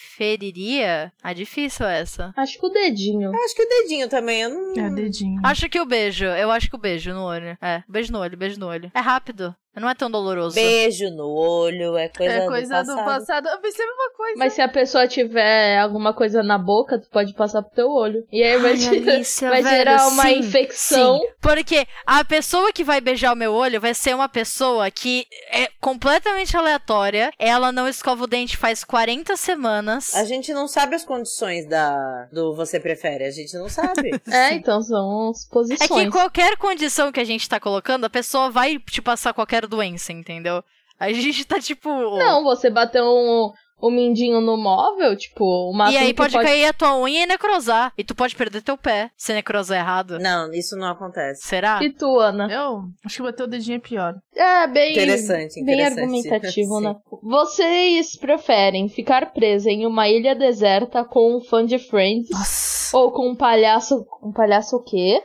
preferiria... Ah, difícil essa. Acho que o dedinho. Eu acho que o dedinho também, eu não. É, dedinho. Acho que o beijo. Eu acho que o beijo no olho. É, beijo no olho, beijo no olho. É rápido. Não é tão doloroso. Beijo no olho, é coisa, é coisa do do passado. passado. Eu pensei a mesma coisa. Mas se a pessoa tiver alguma coisa na boca, tu pode passar pro teu olho. E aí vai, Ai, te- Alicia, vai velho, gerar uma sim, infecção. sim. Porque a pessoa que vai beijar o meu olho vai ser uma pessoa que é completamente aleatória. Ela não escova o dente faz 40 semanas. A gente não sabe as condições da do você prefere, a gente não sabe. É, então são É que suposições. qualquer condição que a gente tá colocando, a pessoa vai te passar qualquer doença, entendeu? A gente tá tipo. Não, você bateu um, um mindinho no móvel, tipo, uma E aí pode, cair a tua unha e necrosar. E tu pode perder teu pé se necrosar errado. não, isso não acontece. Será? E tu, Ana? Eu acho que bater o dedinho é pior. né? É, bem. Interessante, Bem interessante. argumentativo, Sim. né? Vocês preferem ficar presa em uma ilha deserta com um fã de Friends Nossa. ou com um palhaço. Um palhaço o quê?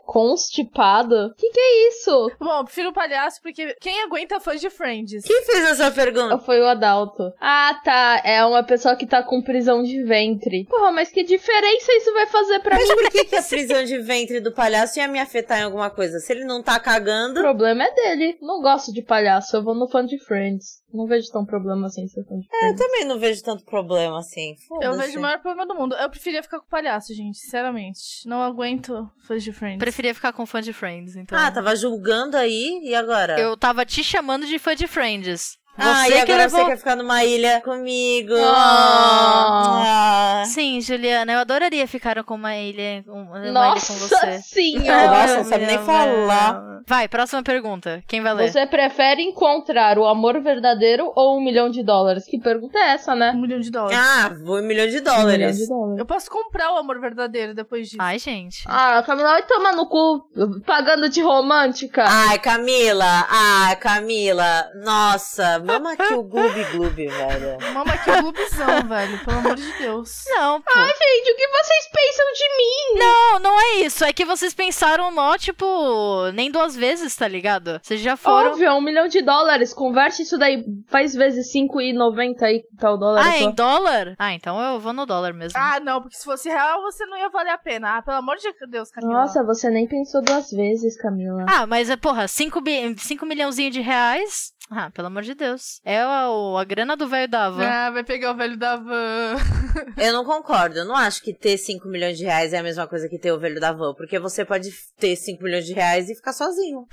Constipado? Que que é isso? Bom, eu prefiro o palhaço porque quem aguenta fã de Friends? Quem fez essa Ah. pergunta? Foi o Adalto. Ah, tá. É uma pessoa que tá com prisão de ventre. Porra, mas que diferença isso vai fazer pra mim? Mas por que, que a prisão de ventre do palhaço ia me afetar em alguma coisa? Se ele não tá O cagando. problema é dele. Não gosto de palhaço. Eu vou no fã de Friends. Não vejo tão problema assim ser fã de Eu Friends. também não vejo tanto problema assim. Eu Foda-se. vejo o maior problema do mundo. Eu preferia ficar com o palhaço, gente, sinceramente. Não aguento fã de Friends. Preferia ficar com fã de Friends, então. Ah, tava julgando aí e agora? Eu tava te chamando de fã de Friends. Você Ah, e que agora levou. você quer ficar numa ilha comigo. Ah. Ah. Sim, Juliana, eu adoraria ficar com uma ilha, um- uma ilha com Nossa você. senhora! Nossa, não sabe nem falar. Vai, próxima pergunta. Quem vai ler? Você prefere encontrar o amor verdadeiro ou um milhão de dólares? Que pergunta é essa, né? Um milhão de dólares. Ah, vou um milhão de Um milhão dólares. de dólares. Eu posso comprar o amor verdadeiro depois disso. Ai, gente. Ah, Camila, vai tomar no cu pagando de romântica. Ah. Ai, Camila, ai, Camila, nossa, mama aqui o Gloob Gloob, velho. Mama, que globizão, é velho. Pelo amor de Deus. Não, pô. Gente, o que vocês pensam de mim? Não, não é isso. É que vocês pensaram mó, tipo, nem duas vezes, tá ligado? Vocês já foram. Óbvio, é um milhão de dólares. Converte isso daí, faz vezes 5,90 aí, tal dólar. ah, só. é em dólar? Ah, então eu vou no dólar mesmo. Ah, não, porque se fosse real, você não ia valer a pena. Ah, pelo amor de Deus, então. Camila. Nossa, você nem pensou duas vezes, Camila. Ah, mas é, porra, 5 milhãozinho de reais? Ah, pelo amor de Deus. É a, o- a grana do velho da van. Ah, vai pegar o velho da van. Eu não concordo, eu não acho que ter 5 milhões de reais é a mesma coisa que ter o velho da van, porque você pode ter 5 milhões de reais e ficar sozinho.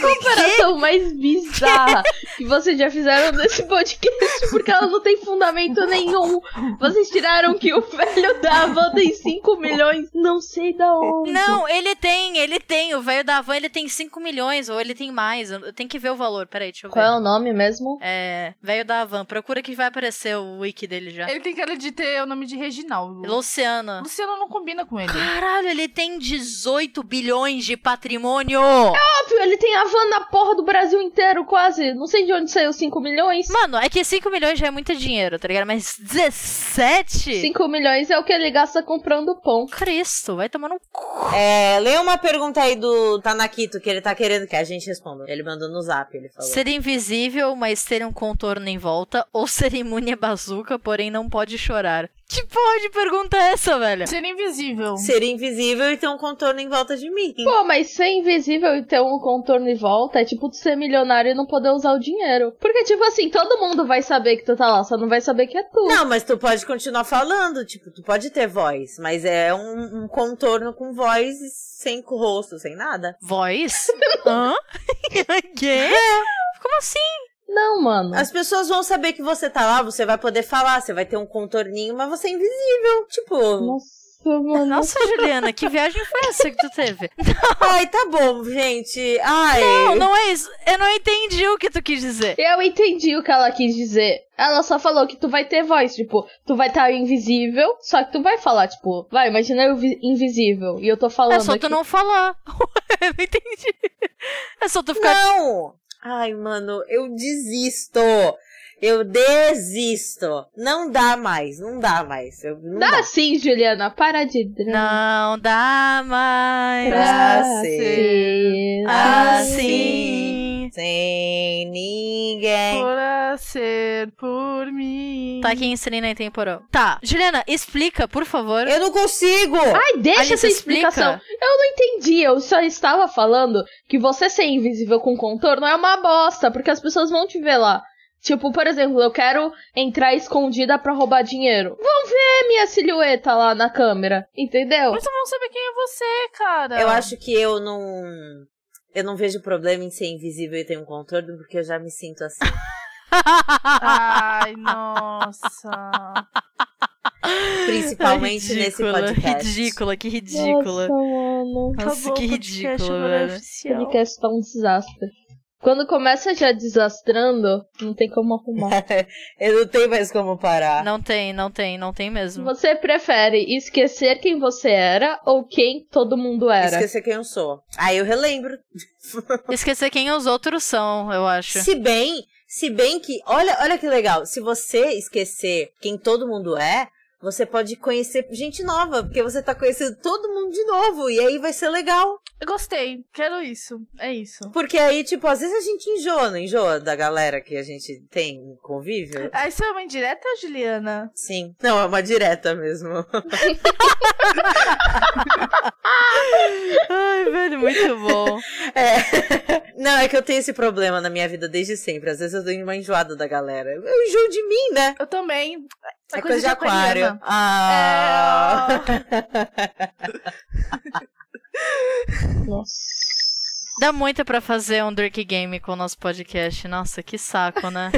comparação mais bizarra que vocês já fizeram nesse podcast, porque ela não tem fundamento nenhum. Vocês tiraram que o velho da Havan tem 5 milhões, não sei da onde. Não, ele tem, ele tem. O velho da van, ele tem 5 milhões, ou ele tem mais. Eu eu tenho que ver o valor, peraí, deixa eu ver. Qual é o nome mesmo? É, velho da van, procura que vai aparecer o wiki dele já. Ele tem cara de ter o nome de Reginaldo. Luciana. Luciano não combina com ele. Caralho, ele tem 18 bilhões de patrimônio! Óbvio, ele tem Havan na porra do Brasil inteiro, quase. Não sei de onde saiu 5 milhões. Mano, é que 5 milhões já é muito dinheiro, tá ligado? Mas 17? 5 milhões é o que ele gasta comprando pão. Cristo, vai tomar no cu. É, lê uma pergunta aí do Tanakito que ele tá querendo que a gente responda. Ele mandou no zap, ele falou. Ser invisível, mas ter um contorno em volta. Ou ser imune à bazuca, porém não pode chorar. Que porra de pergunta é essa, velho? Ser invisível. Ser invisível e ter um contorno em volta de mim. Pô, mas ser invisível e ter um contorno em volta é tipo tu ser milionário e não poder usar o dinheiro. Porque, tipo assim, todo mundo vai saber que tu tá lá, só não vai saber que é tu. Não, mas tu pode continuar falando, tipo, tu pode ter voz, mas é um, um contorno com voz e sem rosto, sem nada. Voz? Hã? Quê? Como assim? Não, mano. As pessoas vão saber que você tá lá, você vai poder falar, você vai ter um contorninho, mas você é invisível. Tipo, Nossa, mano. Nossa, Juliana, que viagem foi essa que tu teve? ai, tá bom, gente. Ai. Não, não é isso. Eu não entendi o que tu quis dizer. Eu entendi o que ela quis dizer. Ela só falou que tu vai ter voz, tipo, tu vai estar invisível, só que tu vai falar, tipo, vai, imagina eu vi- invisível e eu tô falando. É só tu aqui. não falar. Eu não entendi. É só tu ficar. Não! Ai, mano, eu desisto. Eu desisto. Não dá mais, não dá mais. Eu, não Dá sim, Juliana, para de. Não dá mais Pra Pra ser ser assim. Sem ninguém. Por ser por mim. Tá aqui em Serena e Temporal. Tá, Juliana, explica, por favor. Eu não consigo! Ai, deixa Alice, essa explicação. Eu não entendi, eu só estava falando que você ser invisível com contorno é uma bosta, porque as pessoas vão te ver lá. Tipo, por exemplo, eu quero entrar escondida pra roubar dinheiro. Vão ver minha silhueta lá na câmera, entendeu? Mas tu não sabe quem é você, cara. Ah. Eu acho que eu não. Eu não vejo problema em ser invisível e ter um contorno, porque eu já me sinto assim. Ai, nossa. Principalmente nesse Ridícula, podcast. Ridícula, que ridícula. Nossa, mano. Nossa, tá Acabou que o podcast ridículo, agora é velho. Esse oficial. podcast tá um desastre. Quando começa já desastrando, não tem como arrumar. Eu não tenho mais como parar. Não tem, não tem, não tem mesmo. Você prefere esquecer quem você era ou quem todo mundo era? Esquecer quem eu sou. Aí eu relembro. Esquecer quem os outros são, eu acho. Se bem, se bem que, olha, olha que legal, se você esquecer quem todo mundo é, você pode conhecer gente nova, porque você tá conhecendo todo mundo de novo, e aí vai ser legal. Eu gostei. Quero isso. É isso. Porque aí, tipo, às vezes a gente enjoa, não enjoa da galera que a gente tem em convívio? Ah, isso é uma indireta, Juliana? Sim. Não, é uma direta mesmo. Ai, velho, muito bom. É. Não, é que eu tenho esse problema na minha vida desde sempre. Às vezes eu dou uma enjoada da galera. Eu enjoo de mim, né? Eu também. É É coisa de aquário. aquariana. É. Ah. Nossa. Dá muito pra fazer um Dirk Game com o nosso podcast. Nossa, que saco, né?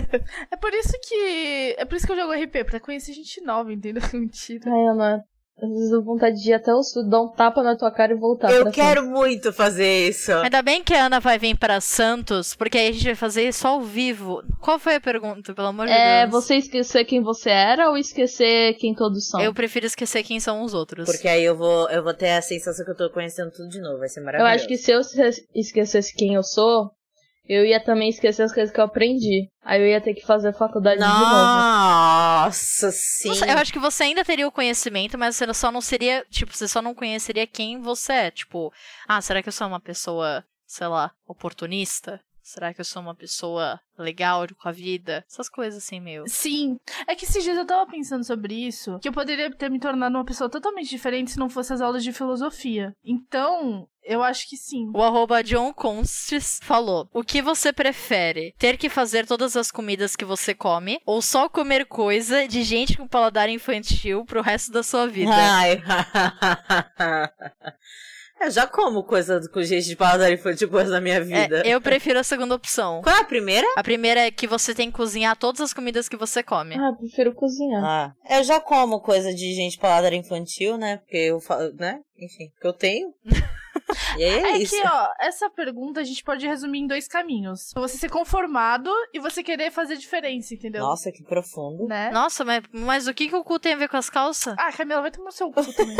É por isso que. É por isso que eu jogo RP, pra conhecer gente nova, entendeu? Mentira. Ai, Ana, às vezes dá vontade de ir até o sul, dar um tapa na tua cara e voltar. eu Tá, pra quero muito fazer isso. Ainda bem que a Ana vai vir pra Santos, porque aí a gente vai fazer isso ao vivo. Qual foi a pergunta, pelo amor sempre. de É, Deus? você esquecer quem você era ou esquecer quem todos são? Eu prefiro esquecer quem são os outros. Porque aí eu vou, eu vou ter a sensação que eu tô conhecendo tudo de novo. Vai ser Eu maravilhoso. acho que se eu se- esquecesse quem eu sou, eu ia também esquecer as coisas que eu aprendi. Aí eu ia ter que fazer faculdade de novo. Nossa, sim. Nossa, eu acho que você ainda teria o conhecimento, mas você só não seria. Tipo, você só não conheceria quem você é. Tipo, ah, será que eu sou uma pessoa, sei lá, oportunista? Será que eu sou uma pessoa legal com a vida? Essas coisas assim, meio. Sim. É que esses dias eu tava pensando sobre isso, que eu poderia ter me tornado uma pessoa totalmente diferente se não fosse as aulas de filosofia. Então, eu acho que sim. O arroba John Constes falou: O que você prefere? Ter que fazer todas as comidas que você come ou só comer coisa de gente com é Ah, paladar infantil pro resto da sua vida? Ai. Eu já como coisa com gente de paladar infantil coisa na minha É, vida. eu prefiro a segunda opção. Qual é a primeira? A primeira é que você tem que cozinhar todas as comidas que você come. Ah, eu prefiro cozinhar. Ah, eu já como coisa de gente de paladar infantil, né? Porque eu falo, né? Enfim, que eu tenho. E aí é, É isso. que, ó, essa pergunta a gente pode resumir em dois caminhos. Você ser conformado e você querer fazer diferença, entendeu? Nossa, que profundo. Né? Nossa, mas, mas o que, que o cu tem a ver com as calças? Ah, Camila, vai tomar seu cu também.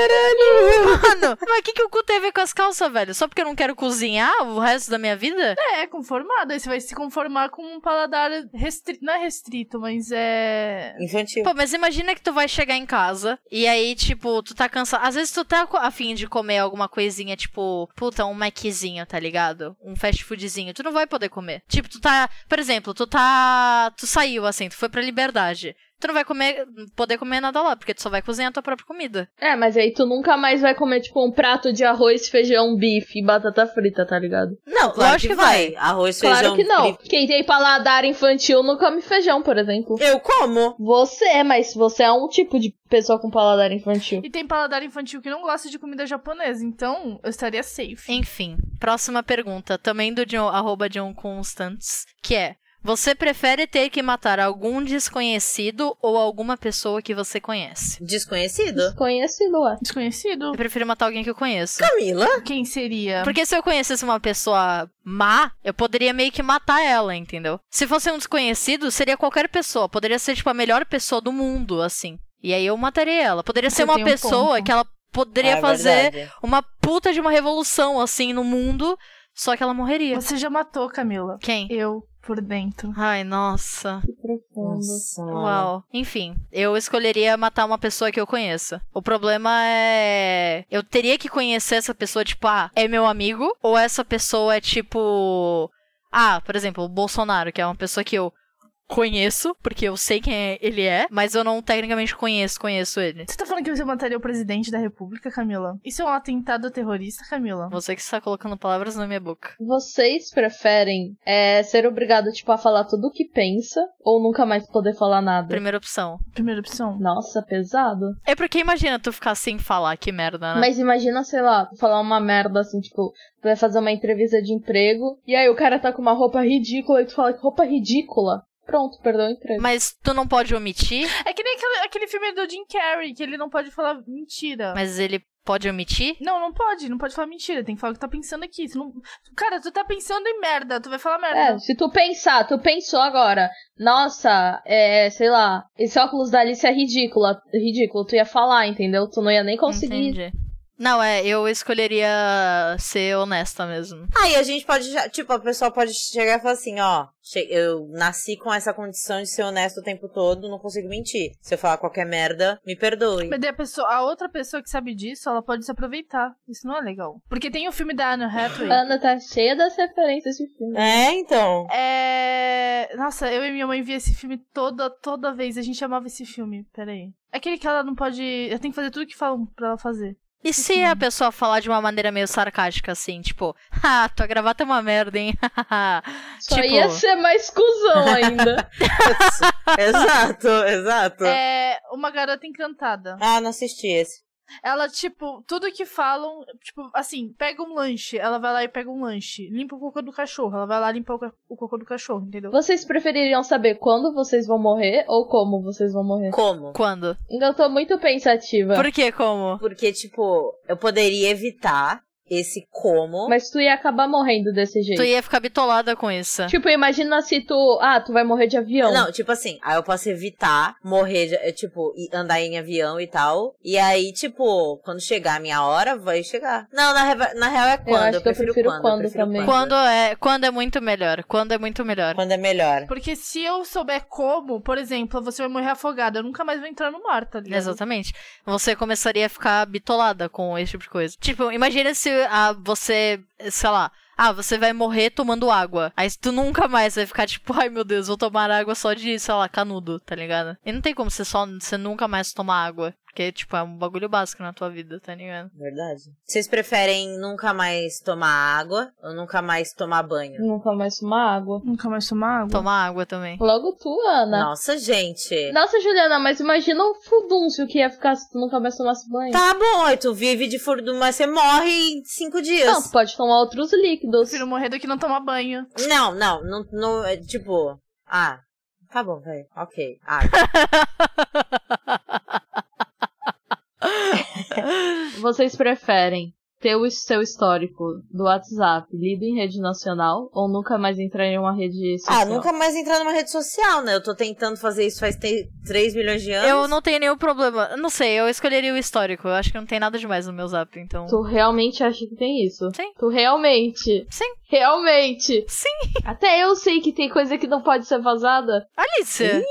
Mano, mas o que, que o cu tem a ver com as calças, velho? Só porque eu não quero cozinhar o resto da minha vida? é, conformado. Aí você vai se conformar com um paladar restrito. Não é restrito, mas é. Infantil. Pô, mas imagina que tu vai chegar em casa e aí, tipo, tu tá cansado. Às vezes tu tá co- afim de comer alguma coisinha, tipo, puta, um Maczinho, tá ligado? Um fast foodzinho. Tu não vai poder comer. Tipo, tu tá. Por exemplo, tu tá. Tu saiu assim, tu foi pra liberdade. Tu não vai comer, poder comer nada lá, porque tu só vai cozinhar a tua própria comida. É, mas aí tu nunca mais vai comer, tipo, um prato de arroz, feijão, bife e batata frita, tá ligado? Não, claro lógico que que vai. Arroz, claro feijão, que não. frito. Quem tem paladar infantil não come feijão, por exemplo. Eu como. Você, mas você é um tipo de pessoa com paladar infantil. E tem paladar infantil que não gosta de comida japonesa, então eu estaria safe. Enfim, próxima pergunta, também do John, arroba John Constants, que é. Você prefere ter que matar algum desconhecido ou alguma pessoa que você conhece? Desconhecido? Desconhecido, é. Desconhecido? Eu prefiro matar alguém que eu conheço. Camila? Quem seria? Porque se eu conhecesse uma pessoa má, eu poderia meio que matar ela, entendeu? Se fosse um desconhecido, seria qualquer pessoa. Poderia ser, tipo, a melhor pessoa do mundo, assim. E aí eu mataria ela. Poderia Você ser uma tem um pessoa ponto. que ela poderia É, fazer verdade. uma puta de uma revolução, assim, no mundo, só que ela morreria. Você já matou, Camila. Quem? Eu, por dentro. Ai, nossa. Que profundo. Nossa. Uau. Enfim, eu escolheria matar uma pessoa que eu conheça. O problema é. Eu teria que conhecer essa pessoa, tipo, ah, é meu amigo? Ou essa pessoa é tipo. Ah, por exemplo, o Bolsonaro, que é uma pessoa que eu conheço, porque eu sei quem é- ele é, mas eu não tecnicamente conheço, conheço ele. Você tá falando que você mataria o presidente da república, Camila? Isso é um atentado terrorista, Camila? Você que está colocando palavras na minha boca. Vocês preferem é, ser obrigado, tipo, a falar tudo o que pensa ou nunca mais poder falar nada? Primeira opção. Primeira opção. Nossa, pesado. É porque imagina tu ficar sem falar, que merda, né? Mas imagina, sei lá, falar uma merda assim, tipo, tu vai fazer uma entrevista de emprego e aí o cara tá com uma roupa ridícula e tu fala que roupa ridícula. Pronto, perdeu o emprego. Mas tu não pode omitir, É que nem aquele, aquele filme do Jim Carrey, que ele não pode falar mentira. mas ele pode omitir? Não, não pode, não pode falar mentira, tem que falar o que tá pensando aqui. Você não... Cara, tu tá pensando em merda, tu vai falar merda. É, se tu pensar, tu pensou agora, nossa, é, sei lá, esse óculos da Alice é ridícula, ridículo, tu ia falar, entendeu? Tu não ia nem conseguir. Entendi. Não, é, eu escolheria ser honesta mesmo. Aí a gente pode, já, tipo, a pessoa pode chegar e falar assim, ó, che- eu nasci com essa condição de ser honesto o tempo todo, não consigo mentir. Se eu falar qualquer merda, me perdoe. Mas daí a, pessoa, a outra pessoa que sabe disso, ela pode se aproveitar. Isso não é legal. Porque tem o filme da Anne Hathaway. Ana tá cheia das referências de filme. É, então. É. Nossa, eu e minha mãe via esse filme toda, toda vez. A gente amava esse filme. Peraí. É Aquele que ela não pode. Eu tenho que fazer tudo que falam pra ela fazer. E se a pessoa falar de uma maneira meio sarcástica, assim, tipo, ah, tua gravata é uma merda, hein? Só Tipo- ia ser mais cuzão ainda. exato, exato. É. Uma garota encantada. Ah, não assisti esse. Ela, tipo, tudo que falam, tipo, assim, pega um lanche, ela vai lá e pega um lanche, limpa o cocô do cachorro, ela vai lá limpar o, ca- o cocô do cachorro, entendeu? vocês prefeririam saber quando vocês vão morrer ou como vocês vão morrer? Como? Quando? Ainda eu tô muito pensativa. Por que como? Porque, tipo, eu poderia evitar esse como. Mas tu ia acabar morrendo desse jeito. Tu ia ficar bitolada com isso. Tipo, imagina se tu. Ah, tu vai morrer de avião. Não, tipo assim, aí eu posso evitar morrer, de- é, tipo, e andar em avião e tal. E aí, tipo, quando chegar a minha hora, vai chegar. Não, na, reva- na real é quando. acho que eu prefiro quando eu prefiro também. Quando é, quando é muito melhor. Quando é muito melhor. Quando é melhor. Porque se eu souber como, por exemplo, você vai morrer afogada, eu nunca mais vou entrar no mar, tá ligado? Exatamente. Você começaria a ficar bitolada com esse tipo de coisa. Tipo, imagina se ah, você, sei lá, ah, você vai morrer tomando água. Aí tu nunca mais vai ficar tipo, ai meu Deus, vou tomar água só de, sei lá, canudo, tá ligado? E não tem como você só você nunca mais tomar água. Porque, tipo, é um bagulho básico na tua vida, tá ligado? Uhum. Verdade. Vocês preferem nunca mais tomar água ou nunca mais tomar banho? Nunca mais tomar água. Nunca mais tomar água? Tomar água também. Logo tu, Ana. Nossa, gente. Nossa, Juliana, mas imagina um fudúncio que ia ficar se tu nunca mais tomasse banho. Tá bom, aí tu vive de furdo, mas você morre em cinco dias. Não, tu pode tomar outros líquidos. Prefiro morrer do que não tomar banho. Não, não, não, não, é, tipo, ah, tá bom, velho. OK. Ah, Vocês preferem ter o seu histórico do WhatsApp lido em rede nacional ou nunca mais entrar em uma rede social? ah, nunca mais entrar numa rede social, né? Eu tô tentando fazer isso faz 3 milhões de anos. Eu não tenho nenhum problema. Eu Não sei, eu escolheria o histórico. Eu acho que não tem nada demais no meu zap, então. Tu realmente acha que tem isso? Sim. Tu realmente? Sim. Realmente? Sim. Até eu sei que tem coisa que não pode ser vazada. Alice!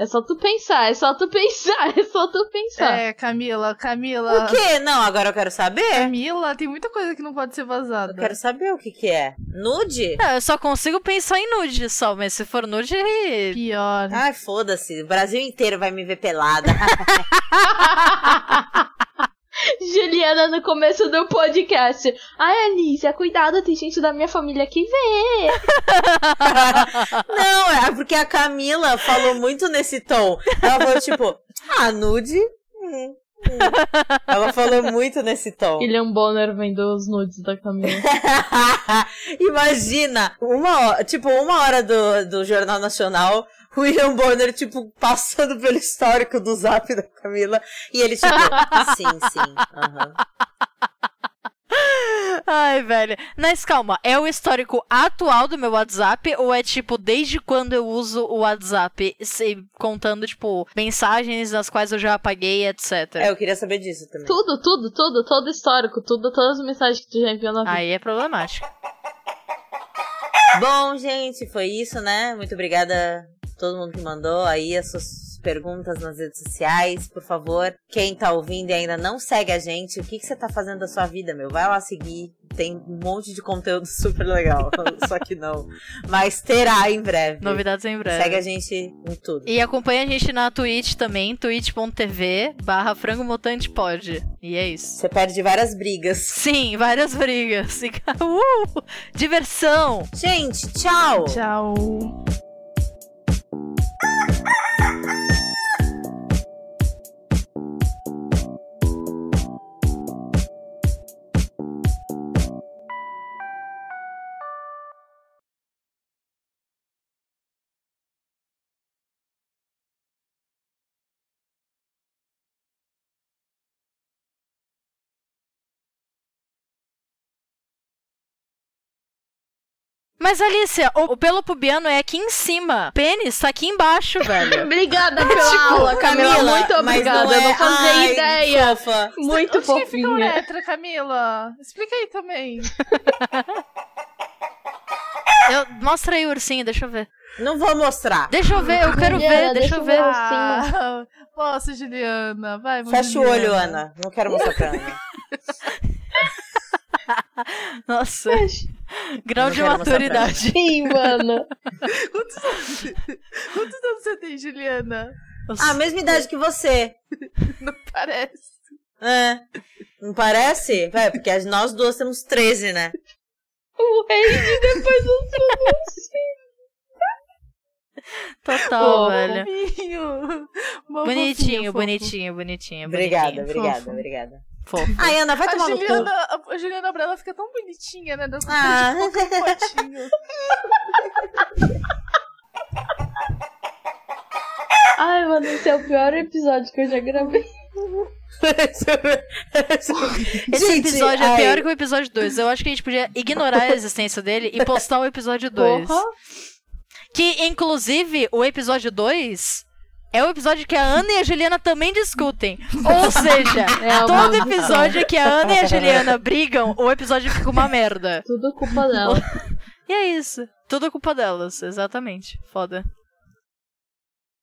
É só tu pensar, é só tu pensar, é só tu pensar. É, Camila, Camila. O quê? Não, agora eu quero É. saber. Camila, tem muita coisa que não pode ser vazada. Eu quero saber o que que é. Nude? Não, eu só consigo pensar em nude só, mas se for nude. Pior. Ai, foda-se. O Brasil inteiro vai me ver pelada. Juliana no começo do podcast. Ai, Alicia, cuidado, tem gente da minha família que vê. não, é porque a Camila falou muito nesse tom. Ela falou, tipo, ah, nude? Hum, hum." Ela falou muito nesse tom. William Bonner um vendo os nudes da Camila. Imagina, uma hora, tipo, uma hora do, do Jornal Nacional, o William Bonner, tipo, passando pelo histórico do zap da Camila, e ele, tipo, sim, sim, aham. Ai, velho. Mas calma, é o histórico atual do meu WhatsApp ou é tipo desde quando eu uso o WhatsApp, se- contando tipo mensagens das quais eu já apaguei, etc. É, eu queria saber disso também. tudo, tudo, tudo, todo histórico, tudo, todas as mensagens que tu já enviou na vida. Aí é problemático. Bom, gente, foi isso, né? Muito obrigada a todo mundo que mandou aí as suas perguntas nas redes sociais, por favor. Quem tá ouvindo e ainda não segue a gente, o que, que você tá fazendo da sua vida, meu? Vai lá seguir. Tem um monte de conteúdo super legal. Só que não. Mas terá em breve. Novidades em breve. Segue a gente em tudo. E acompanha a gente na Twitch também, twitch.tv barra frangomutantepod. E é isso. Você perde várias brigas. Sim, várias brigas. Fica- Uh! Diversão! Gente, tchau! Tchau. Mas Alicia, o, o pelo pubiano é aqui em cima. Pênis tá aqui embaixo, velho. Obrigada pela aula, Tipo, Camila. muito mas obrigada. é- Eu não fazia Ai, ideia. Fofa. Onde Muito que fica o fofinha. letra, Camila? Explica aí também. Eu- mostra aí o ursinho, deixa eu ver. Não vou mostrar. Deixa eu ver, eu quero ver, Juliana, deixa deixa eu eu ver. ver. Ah, nossa, Juliana. Vai, Fecha o Juliana. olho, Ana. Não quero mostrar pra Ana. Nossa, grau Eu não de quero mostrar pra maturidade. Sim, mano. Quantos anos, quantos anos você tem, Juliana? Nossa. Ah, a mesma idade que você. Não parece. É. Não parece? É, porque as- nós duas temos 13, né? O rei de depois do segundo. um Total, velho. Fofinho. Mó Um fofinho, Bonitinho, fofo. bonitinho, bonitinho, Obrigada, bonitinho. obrigada, Fofo. obrigada. Fofo. Ai, Ana, vai A tomar no Juliana, cu. a Juliana Brela fica tão bonitinha, né? Dando Ah. potinho. Ai, mano, esse é o pior episódio que eu já gravei. Esse Gente, episódio é ai, pior que o episódio 2. Eu acho que a gente podia ignorar a existência dele e postar o episódio 2. Porra. Que, inclusive, o episódio 2 é o episódio que a Ana e a Juliana também discutem. Ou seja, É uma todo maldição. episódio que a Ana e a Juliana brigam, o episódio fica uma merda. Tudo culpa dela. E é isso. Tudo culpa delas, é exatamente. Foda.